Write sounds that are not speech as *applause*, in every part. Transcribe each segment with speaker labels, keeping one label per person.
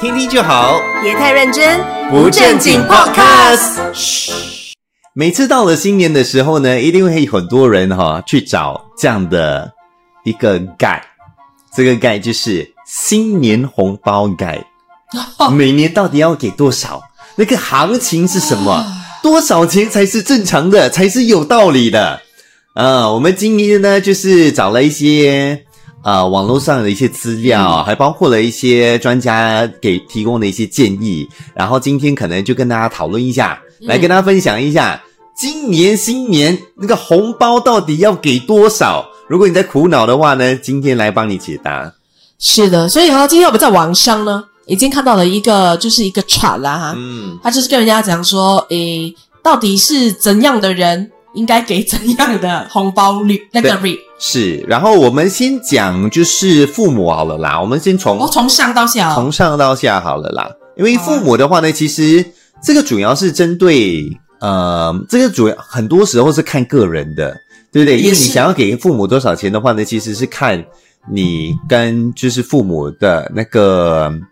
Speaker 1: 听听就好，
Speaker 2: 别太认真，
Speaker 1: 不正经 Podcast。嘘，每次到了新年的时候呢，一定会很多人哈、去找这样的一个盖，这个盖就是新年红包 *laughs* 盖，每年到底要给多少？那个行情是什么？多少钱才是正常的，才是有道理的？啊，我们今年呢，就是找了一些啊、呃网络上的一些资料，还包括了一些专家给提供的一些建议，然后今天可能就跟大家讨论一下，来跟大家分享一下、今年新年那个红包到底要给多少？如果你在苦恼的话呢，今天来帮你解答。
Speaker 2: 是的，所以哈，今天我们在网上呢，已经看到了一个，就是一个 chart 啦哈，
Speaker 1: 嗯，
Speaker 2: 他就是跟人家讲说，诶，到底是怎样的人应该给怎样的红包率那个 rate，
Speaker 1: 是。然后我们先讲就是父母好了啦，我们先从
Speaker 2: 我从上到下哦，
Speaker 1: 从上到下好了啦。因为
Speaker 2: 好啊
Speaker 1: 父母的话呢，其实
Speaker 2: 哦
Speaker 1: 这个主要是针对，呃，这个主要很多时候是看个人的，对不对？因为
Speaker 2: 也
Speaker 1: 你
Speaker 2: 是
Speaker 1: 想要给父母多少钱的话呢，其实是看你跟就是父母的那个嗯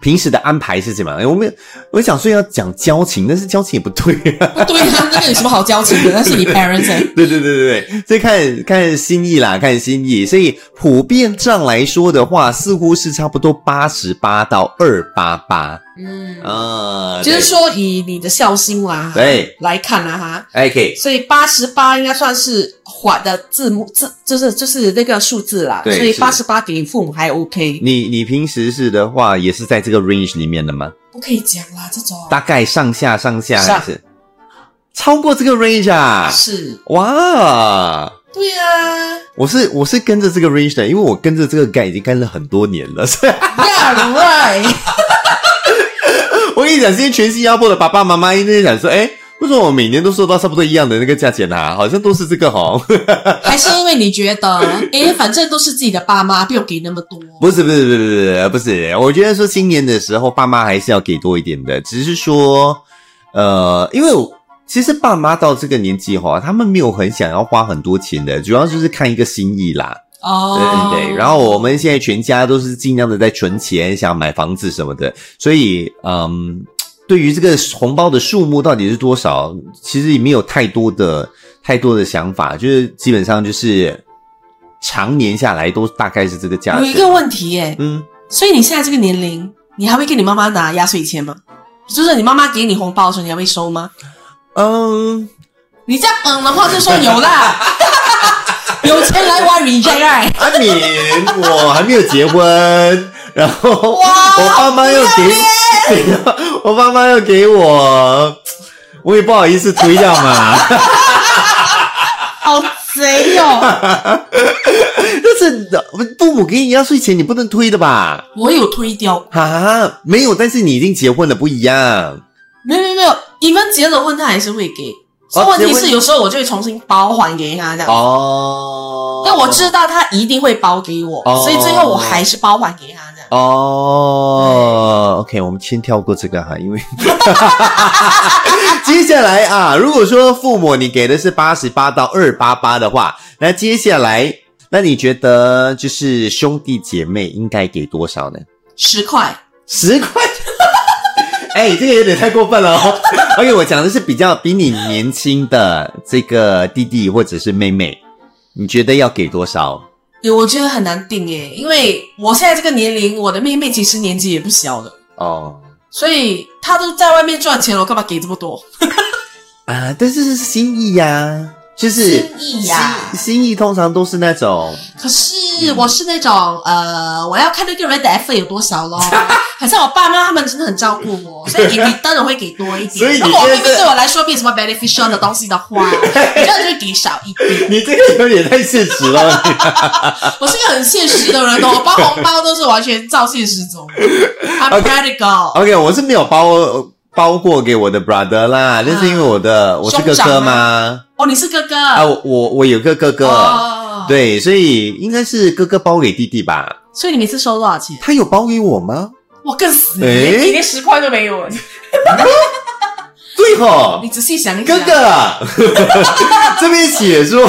Speaker 1: 平时的安排是怎么哎样。我们我想说要讲交情，但是交情也不对啊。 *laughs*
Speaker 2: 不对啊，那个有什么好交情的？那是你 parents 哎
Speaker 1: 对对对对对，所以看看心意啦，看心意。所以普遍上来说的话，似乎是差不多八十八到二八八。
Speaker 2: 嗯，
Speaker 1: 啊，
Speaker 2: 就是
Speaker 1: 对
Speaker 2: 说以你的孝心啦，
Speaker 1: 对，
Speaker 2: 来看啦哈。
Speaker 1: 哎，可以，
Speaker 2: 所以八十八应该算是缓的字母字，就是就是那个数字啦。所
Speaker 1: 对
Speaker 2: 以
Speaker 1: 是
Speaker 2: 八十八给父母还 OK，
Speaker 1: 你你平时是的话，也是在这个 range 里面的吗？
Speaker 2: 不可以讲啦，这种
Speaker 1: 大概上下上下
Speaker 2: 上
Speaker 1: 还是超过这个 range 啊？
Speaker 2: 是
Speaker 1: 哇！
Speaker 2: 对
Speaker 1: *laughs*
Speaker 2: 啊，
Speaker 1: 我是我是跟着这个 range 的，因为我跟着这个 guy 已经跟了很多年了。 *laughs* 所以
Speaker 2: 要来
Speaker 1: 我跟你讲，现在全新加坡的爸爸妈妈一定在想说，哎，为什么我每年都收到差不多一样的那个价钱啊？好像都是这个哦哈。
Speaker 2: 还是因为你觉得， *laughs* 诶，反正都是自己的爸妈，不用给那么多。
Speaker 1: 不是不是不是不是不是，我觉得说新年的时候，爸妈还是要给多一点的，只是说，呃，因为我其实爸妈到这个年纪哈，他们没有很想要花很多钱的，主要就是看一个心意啦，对
Speaker 2: 哦，
Speaker 1: 对对。然后我们现在全家都是尽量的在存钱，想买房子什么的，所以嗯，对于这个红包的数目到底是多少，其实也没有太多的太多的想法，就是基本上就是常年下来都大概是这个价
Speaker 2: 有
Speaker 1: 钱。
Speaker 2: 一个问题耶，
Speaker 1: 嗯。
Speaker 2: 所以你现在这个年龄，你还会跟你妈妈拿压岁钱吗？就是你妈妈给你红包的时候，你还会收吗？
Speaker 1: 嗯，
Speaker 2: 你这样嗯的话，就说
Speaker 1: *laughs*
Speaker 2: 有啦，有钱来玩 reject 哎
Speaker 1: 阿敏，我还没有结婚，然后
Speaker 2: 哇
Speaker 1: 我爸妈要给，我爸妈要给我，我也不好意思推掉嘛。
Speaker 2: 好
Speaker 1: *laughs*
Speaker 2: 贼
Speaker 1: *laughs*
Speaker 2: 哦！
Speaker 1: 但是呃父母给你压岁钱，你不能推的吧？
Speaker 2: 我有推掉，
Speaker 1: 啊，没有，但是你已经结婚了，不一样。
Speaker 2: 没有没有没有，一分结了婚他还是会给，所以
Speaker 1: 哦
Speaker 2: 问题
Speaker 1: 结婚
Speaker 2: 是有时候我就会重新包还给他这样。
Speaker 1: 哦
Speaker 2: 但我知道他一定会包给我，
Speaker 1: 哦
Speaker 2: 所以最后我还是包还给他这样。
Speaker 1: 哦、o k 我们先跳过这个哈，因为 *laughs* 接下来啊，如果说父母你给的是八十八到二八八的话，那接下来，那你觉得就是兄弟姐妹应该给多少呢？
Speaker 2: 十块，
Speaker 1: 十块？ *laughs* 哎、这个有点太过分了哦。OK，我 *laughs* 讲的是比较比你年轻的这个弟弟或者是妹妹，你觉得要给多少？
Speaker 2: 诶我觉得很难定诶，因为我现在这个年龄，我的妹妹其实年纪也不小了，
Speaker 1: 哦、
Speaker 2: 所以她都在外面赚钱了，我干嘛给这么多？
Speaker 1: 啊，但是是心意呀、就是
Speaker 2: 心意呀
Speaker 1: 心心意通常都是那种
Speaker 2: 可是我是那种、呃，我要看那个人的 effort 有多少
Speaker 1: *laughs*
Speaker 2: 咯。好像我爸妈他们真的很照顾我，所以给你当然会给多一点。
Speaker 1: 所以你
Speaker 2: 如果我妹妹
Speaker 1: 现在
Speaker 2: 对我来说没有什么 beneficial 的东西
Speaker 1: *laughs*
Speaker 2: 的话，我当然就会给少一点。
Speaker 1: *laughs* 你这个有点太现实 *laughs* 了。
Speaker 2: 我是个很现实的人哦，我包红包都是完全照现实走。I'm practical，
Speaker 1: OK，我是没有包包过给我的 brother 啦，但是因为我的我是哥哥
Speaker 2: 嗯兄长
Speaker 1: 嘛，
Speaker 2: 哦，你是哥哥
Speaker 1: 啊，我我我有个哥哥，
Speaker 2: 哦，，
Speaker 1: 对，所以应该是哥哥包给弟弟吧？
Speaker 2: 所以你每次收多少钱？
Speaker 1: 他有包给我吗？
Speaker 2: 我更死，
Speaker 1: 诶
Speaker 2: 连连十块都没有。
Speaker 1: 对吼
Speaker 2: 你，仔细想一
Speaker 1: 哥 *laughs*
Speaker 2: 想，
Speaker 1: 哥，这边写说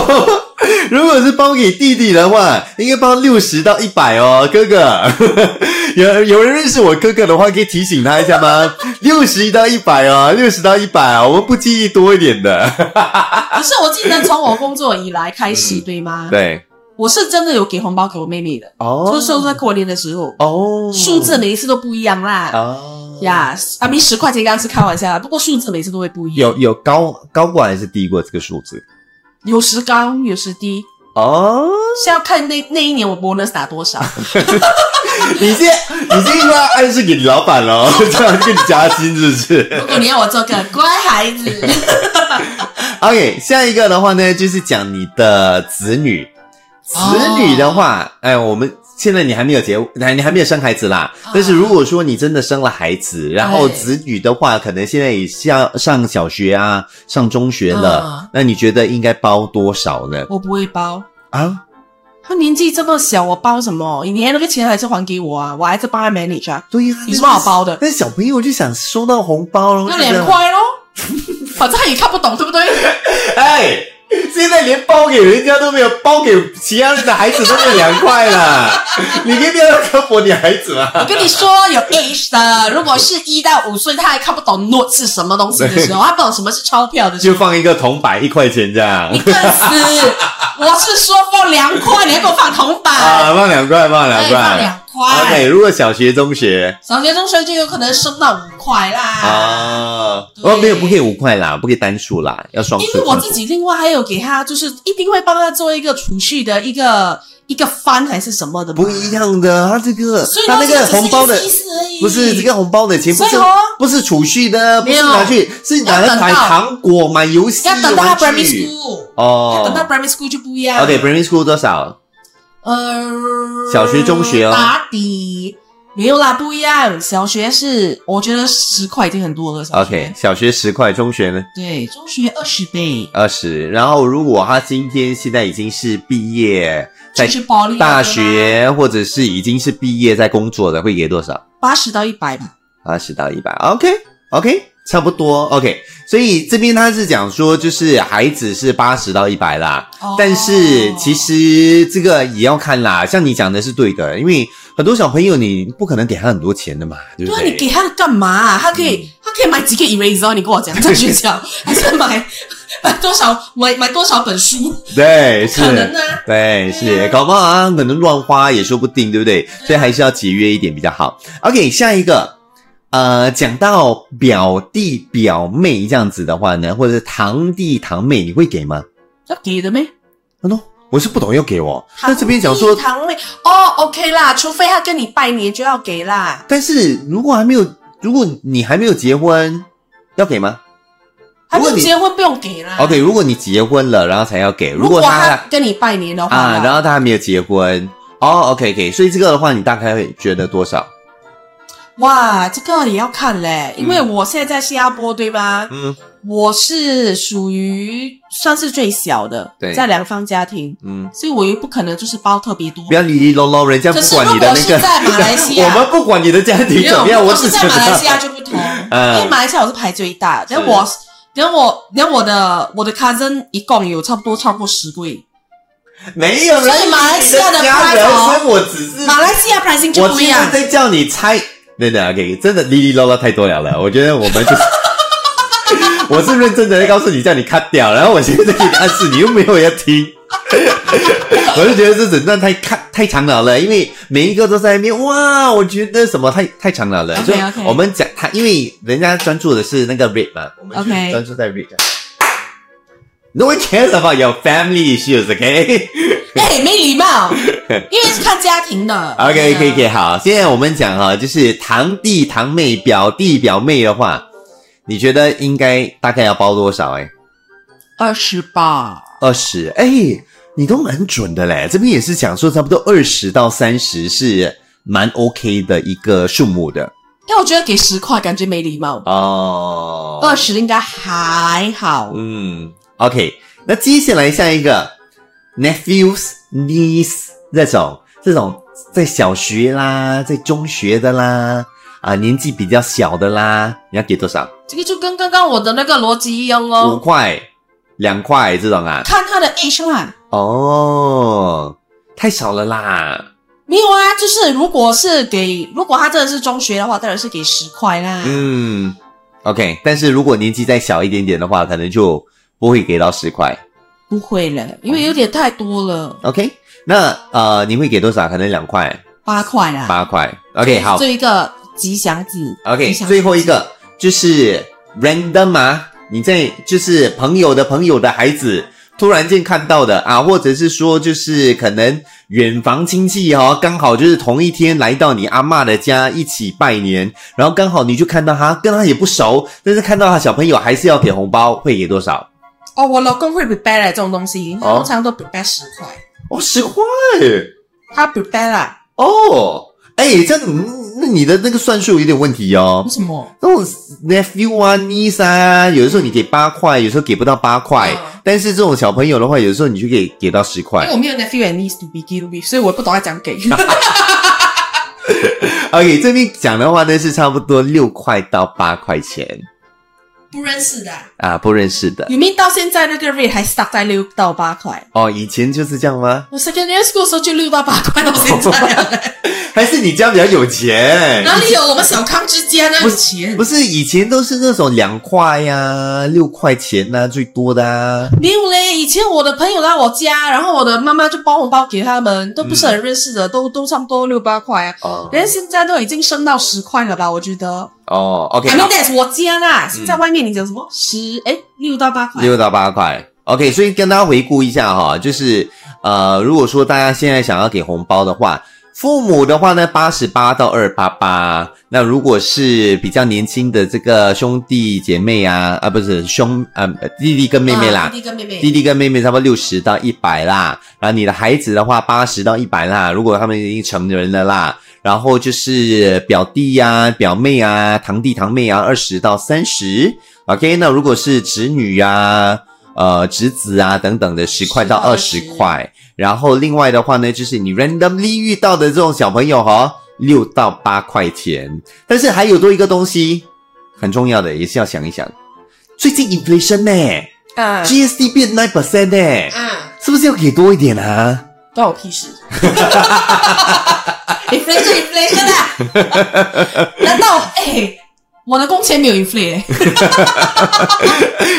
Speaker 1: 如果是包给弟弟的话，应该包六十到一百哦，哥哥。 *laughs* 有有人认识我哥哥的话，可以提醒他一下吗？ *laughs* 六十到一百哦，六十到一百啊，我们不介意多一点的。 *laughs*
Speaker 2: 可是我记得从我工作以来开始，对吗？
Speaker 1: 嗯对，
Speaker 2: 我是真的有给红包给我妹妹的，
Speaker 1: 哦，
Speaker 2: 就是说在过年的时候，
Speaker 1: 哦，
Speaker 2: 数字每一次都不一样啦。
Speaker 1: 哦，
Speaker 2: 呀，阿明十块钱刚刚是开玩笑啦，不过数字每次都会不一样，
Speaker 1: 有有高高过还是低过这个数字？
Speaker 2: 有时高有时低，
Speaker 1: 哦，
Speaker 2: 是要看那那一年我 bonus 打多
Speaker 1: *laughs*
Speaker 2: 少。
Speaker 1: 你这你这应该暗示给你老板了， *laughs* 这样更加薪是不是？
Speaker 2: 如果你要我做个乖孩
Speaker 1: *laughs*
Speaker 2: 子，
Speaker 1: OK，下一个的话呢，就是讲你的子女。子女的话，
Speaker 2: 哦
Speaker 1: 哎，我们现在你还没有结，你还你还没有生孩子啦。
Speaker 2: 啊
Speaker 1: 但是如果说你真的生了孩子，然后
Speaker 2: 对
Speaker 1: 子女的话，可能现在也下上小学啊，上中学了，
Speaker 2: 啊
Speaker 1: 那你觉得应该包多少呢？
Speaker 2: 我不会包。
Speaker 1: 啊，
Speaker 2: 他年纪这么小，我包什么？你连那个钱还是还给我啊，我还是帮他 manage 啊，
Speaker 1: 对呀、
Speaker 2: 有什么好包的？
Speaker 1: 但小朋友就想收到红包了，
Speaker 2: 那
Speaker 1: 我觉得
Speaker 2: 两，块
Speaker 1: *laughs*
Speaker 2: 咯，反正他也看不懂，对不对？
Speaker 1: 哎。现在连包给人家都没有，包给其他人的孩子都没有两块
Speaker 2: *laughs*
Speaker 1: 啦！你一定要刻薄你孩子啊！
Speaker 2: 我跟你说，有 age 的，如果是一到五岁，他还看不懂 note 是什么东西的
Speaker 1: *laughs*
Speaker 2: 时候，他不懂什么是钞票的时
Speaker 1: 就
Speaker 2: 候，
Speaker 1: 放一个铜板一块钱这样
Speaker 2: 你更死！我是说放两块，你还给我放铜板，
Speaker 1: 啊，放两块，放两
Speaker 2: 对，哎放
Speaker 1: 块。
Speaker 2: 两块
Speaker 1: OK，。如果小学、中学
Speaker 2: 小学、中学就有可能升到五块啦，
Speaker 1: 啊，
Speaker 2: 对
Speaker 1: 哦，没有，不可以五块啦，不可以单数啦，要双
Speaker 2: 因
Speaker 1: 数。
Speaker 2: 为我自己另外还有给他，就是一定会帮他做一个储蓄的一个一个翻还是什么的嘛，
Speaker 1: 不一样的，啊他这个
Speaker 2: 所以
Speaker 1: 他那
Speaker 2: 个
Speaker 1: 个红包的
Speaker 2: 意思而已，
Speaker 1: 不是这个红包的钱，不是
Speaker 2: 所以哦
Speaker 1: 不是储蓄的，不
Speaker 2: 没
Speaker 1: 是
Speaker 2: 有
Speaker 1: 拿去是拿来
Speaker 2: 要等
Speaker 1: 买
Speaker 2: 到
Speaker 1: 糖果、买游戏
Speaker 2: 要等到他
Speaker 1: 玩
Speaker 2: primary
Speaker 1: 具
Speaker 2: school，、要等到
Speaker 1: 哦。
Speaker 2: primary school 就不一样。
Speaker 1: OK，primary school 多少？
Speaker 2: 呃，
Speaker 1: 小学中学哦
Speaker 2: 打底没有啦，不一样。小学是我觉得十块已经很多了。小学
Speaker 1: OK，小学十块，中学呢
Speaker 2: 对，中学二十倍，
Speaker 1: 二十。然后如果他今天现在已经是毕业，在
Speaker 2: 就是保利
Speaker 1: 大学或者是已经是毕业在工作的，会给多少？
Speaker 2: 八十到一百吧。
Speaker 1: 二十到一百，OK OK，差不多 OK。所以这边他是讲说，就是孩子是八十到一百啦，
Speaker 2: 哦
Speaker 1: 但是其实这个也要看啦。像你讲的是对的，因为很多小朋友你不可能给他很多钱的嘛，对
Speaker 2: 对
Speaker 1: 不
Speaker 2: 啊，
Speaker 1: 对？嗯
Speaker 2: 你给他干嘛、啊他可以，他可以买几个 eraser，你跟我讲，在学校还是买 *laughs* 买多少买买多少本书？
Speaker 1: 对，
Speaker 2: 可能
Speaker 1: 是。
Speaker 2: 呢、
Speaker 1: 对，
Speaker 2: 对
Speaker 1: 是，
Speaker 2: 啊
Speaker 1: 搞不好啊，可能乱花也说不定，对不对？
Speaker 2: 嗯
Speaker 1: 所以还是要节约一点比较好。OK，下一个，呃，讲到表弟表妹这样子的话呢，或者是堂弟堂妹，你会给吗？
Speaker 2: 要给的咩？
Speaker 1: 啊 no，我是不懂要给我。那这边讲说，
Speaker 2: 堂妹哦，OK 啦，除非他跟你拜年就要给啦。
Speaker 1: 但是如果还没有，如果你还没有结婚，要给吗
Speaker 2: 还没
Speaker 1: 如果
Speaker 2: 有
Speaker 1: 你
Speaker 2: 结婚不用给啦。
Speaker 1: ？OK，如果你结婚了，然后才要给。如
Speaker 2: 如
Speaker 1: 果
Speaker 2: 果
Speaker 1: 他
Speaker 2: 他跟你拜年的话
Speaker 1: 啊，然后他还没有结婚，哦，OK，可以。所以这个的话，你大概会觉得多少？
Speaker 2: 哇，这个也要看嘞，因为我现在在新加坡，对吧？
Speaker 1: 嗯
Speaker 2: 我是属于算是最小的，
Speaker 1: 对
Speaker 2: 在两方家庭，
Speaker 1: 嗯，
Speaker 2: 所以我也不可能就是包特别多。
Speaker 1: 不要哩哩隆隆，人家不
Speaker 2: 可是
Speaker 1: 管
Speaker 2: 如
Speaker 1: 你的
Speaker 2: 果
Speaker 1: 那
Speaker 2: 是
Speaker 1: 个。
Speaker 2: 在马来西
Speaker 1: *laughs* 我
Speaker 2: 亚，
Speaker 1: 们不管你的家庭
Speaker 2: 没
Speaker 1: 怎
Speaker 2: 有，
Speaker 1: 么样，
Speaker 2: 我
Speaker 1: 只
Speaker 2: 是
Speaker 1: 觉
Speaker 2: 在
Speaker 1: 得嗯
Speaker 2: 马来西亚就不同，因为马来西亚我是排最大，然后我然后我然后我的我的 cousin 一共有差不多超过十位，
Speaker 1: *laughs* 没有啦。
Speaker 2: 所以马来西亚的
Speaker 1: 你家
Speaker 2: price
Speaker 1: 人
Speaker 2: 哦
Speaker 1: 生活只是
Speaker 2: 马来西亚 pricing 就
Speaker 1: 我
Speaker 2: 不
Speaker 1: 今
Speaker 2: 一样
Speaker 1: 天。在叫你猜，真的，OK，真的哩哩啦啦太多了了。我觉得我们 *laughs* 就是，我是认真的在告诉你，叫你 cut 掉，然后我现在给你暗示，你又没有要听。我就觉得这整段太看太长了了，因为每一个都在那边哇，我觉得什么太太长了了
Speaker 2: OK，
Speaker 1: 所以
Speaker 2: OK
Speaker 1: 我们讲他，因为人家专注的是那个 rate 嘛，我们就
Speaker 2: OK
Speaker 1: 专注在 rate 上。No one cares about your family issues, OK?
Speaker 2: *laughs* 哎、没礼
Speaker 1: *laughs*
Speaker 2: 貌，因为是看家庭的。
Speaker 1: OK，可以，可
Speaker 2: 以。
Speaker 1: 以，好。现在我们讲哈，就是堂弟、堂妹、表弟、表妹的话，你觉得应该大概要包多少、欸？哎，
Speaker 2: 二十吧，
Speaker 1: 二十。哎，你都蛮准的嘞。这边也是讲说，差不多二十到三十是蛮 OK 的一个数目的
Speaker 2: 因哎为我觉得给十块感觉没礼貌，
Speaker 1: 哦。
Speaker 2: 二十、应该还好。
Speaker 1: 嗯，OK。那接下来下一个 nephews、niece 这种这种在小学啦，在中学的啦，啊，年纪比较小的啦，你要给多少？
Speaker 2: 这个就跟刚刚我的那个逻辑一样
Speaker 1: 五
Speaker 2: 哦。
Speaker 1: 块两块这种啊？
Speaker 2: 看他的啊 age 啦。
Speaker 1: 哦，太少了啦。
Speaker 2: 没有啊，就是如果是给，如果他真的是中学的话，当然是给十块啦。
Speaker 1: 嗯，OK，但是如果年纪再小一点点的话，可能就不会给到十块。
Speaker 2: 不会了，因为有点太多了，
Speaker 1: OK，那呃，你会给多少？可能两块、
Speaker 2: 八块啦。
Speaker 1: 八块。OK，好
Speaker 2: 最后一个吉祥子。
Speaker 1: ，OK，
Speaker 2: 吉祥
Speaker 1: 最后一个就是 random 啊，你在就是朋友的朋友的孩子突然间看到的啊，或者是说就是可能远房亲戚哦，刚好就是同一天来到你阿嬷的家一起拜年，然后刚好你就看到他，跟他也不熟，但是看到他小朋友还是要给红包，会给多少？
Speaker 2: 哦，我老公会 prepare 这种东西，他
Speaker 1: 哦
Speaker 2: 通常都 prepare 十块，
Speaker 1: 哦，十块
Speaker 2: 他 prepare 啦。
Speaker 1: 哦。哎，这样你那你的那个算术有点问题哦
Speaker 2: 为。什么？
Speaker 1: 那种 nephew 啊、niece 啊，有的时候你给八块，有时候给不到八块。
Speaker 2: 嗯
Speaker 1: 但是这种小朋友的话，有时候你就可以给到十
Speaker 2: 因
Speaker 1: 块
Speaker 2: 为。我没有 nephew and niece to begin with，所以我不懂要怎样
Speaker 1: *laughs*
Speaker 2: 给。
Speaker 1: OK，这边讲的话呢是差不多六块到八块钱
Speaker 2: 不认识的啊，
Speaker 1: 啊，不认识的
Speaker 2: 你们到现在那个 rate 还 stuck 在六到八块。
Speaker 1: 哦。以前就是这样吗？ *laughs*
Speaker 2: 我 secondary school 的时候就六到八块到现在啊，
Speaker 1: 还是你家比较有钱？
Speaker 2: *laughs* 哪里有我们小康之家那有钱
Speaker 1: 不？是，以前都是那种两块呀、六块钱呐、最多的啊。
Speaker 2: 没有嘞，以前我的朋友来我家，然后我的妈妈就包红包给他们，都不是很认
Speaker 1: 嗯
Speaker 2: 识的，都都差不多六八块啊。
Speaker 1: 哦
Speaker 2: 人家现在都已经升到十块了吧？我觉得。
Speaker 1: 哦，OK，
Speaker 2: I mean
Speaker 1: 好
Speaker 2: that's 我家啦，现在外面你讲什么十哎六到八
Speaker 1: 嗯
Speaker 2: 块，
Speaker 1: 六到八块。OK，所以跟大家回顾一下哈，就是呃，如果说大家现在想要给红包的话，父母的话呢，八十八到二八八。那如果是比较年轻的这个兄弟姐妹啊，啊不是兄啊弟弟跟妹妹啦
Speaker 2: 啊，弟弟跟妹妹
Speaker 1: 弟弟跟妹妹差不多六十到一百啦，然后你的孩子的话八十到一百啦，如果他们已经成人了啦，然后就是表弟呀、表妹啊、堂弟堂妹啊，二十到三十，OK，那如果是侄女呀、呃侄子啊等等的，十块到二十
Speaker 2: 10
Speaker 1: 块，然后另外的话呢，就是你 randomly 遇到的这种小朋友哈、哦，六到八块钱，但是还有多一个东西很重要的，也是要想一想，最近 inflation 呢、
Speaker 2: 啊
Speaker 1: GST 变 nine percent 哎，
Speaker 2: 啊，
Speaker 1: 是不是要给多一点啊？
Speaker 2: 关我屁
Speaker 1: *laughs*
Speaker 2: 事。inflation inflation 啊？
Speaker 1: *laughs*
Speaker 2: 难道哎我的工钱没有 inflate？欸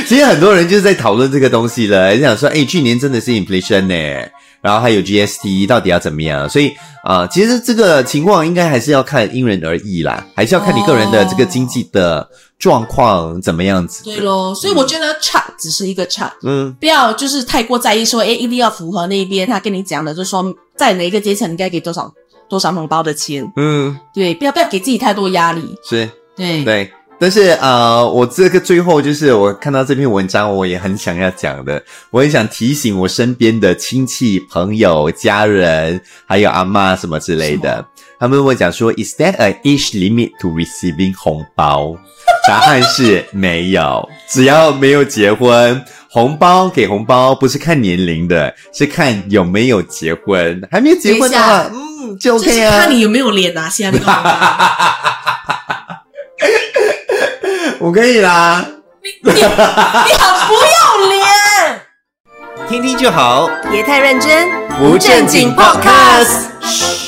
Speaker 1: 其实很多人就是在讨论这个东西了，很想说，哎、去年真的是 inflation 呢、然后还有 GST 到底要怎么样？所以啊、呃其实这个情况应该还是要看因人而异啦，还是要看你个人的这个经济的状况怎么样子。
Speaker 2: 对咯，所以我觉得 chart 只是一个 chart。
Speaker 1: 嗯，
Speaker 2: 不要就是太过在意说，哎，一定要符合那边他跟你讲的，就是说在哪一个阶层应该给多少多少红包的钱，
Speaker 1: 嗯
Speaker 2: 对，不要不要给自己太多压力，
Speaker 1: 是 *laughs*
Speaker 2: 对，
Speaker 1: 对。但是呃，我这个最后就是我看到这篇文章，我也很想要讲的，我很想提醒我身边的亲戚、朋友、家人，还有阿妈什么之类
Speaker 2: 什
Speaker 1: 的，他们会讲说，Is there a age limit to receiving 红包？ *laughs* 答案是没有，只要没有结婚，红包给红包不是看年龄的，是看有没有结婚。还没有结婚的话，嗯，就
Speaker 2: 就是
Speaker 1: OK 啊。
Speaker 2: 看你有没有脸拿下那个红包。
Speaker 1: *laughs* 嗯我可以啦，
Speaker 2: 你你好不要脸，
Speaker 1: 听听就好。
Speaker 2: 别太认真，
Speaker 1: 不正经 Podcast。
Speaker 2: 嘘。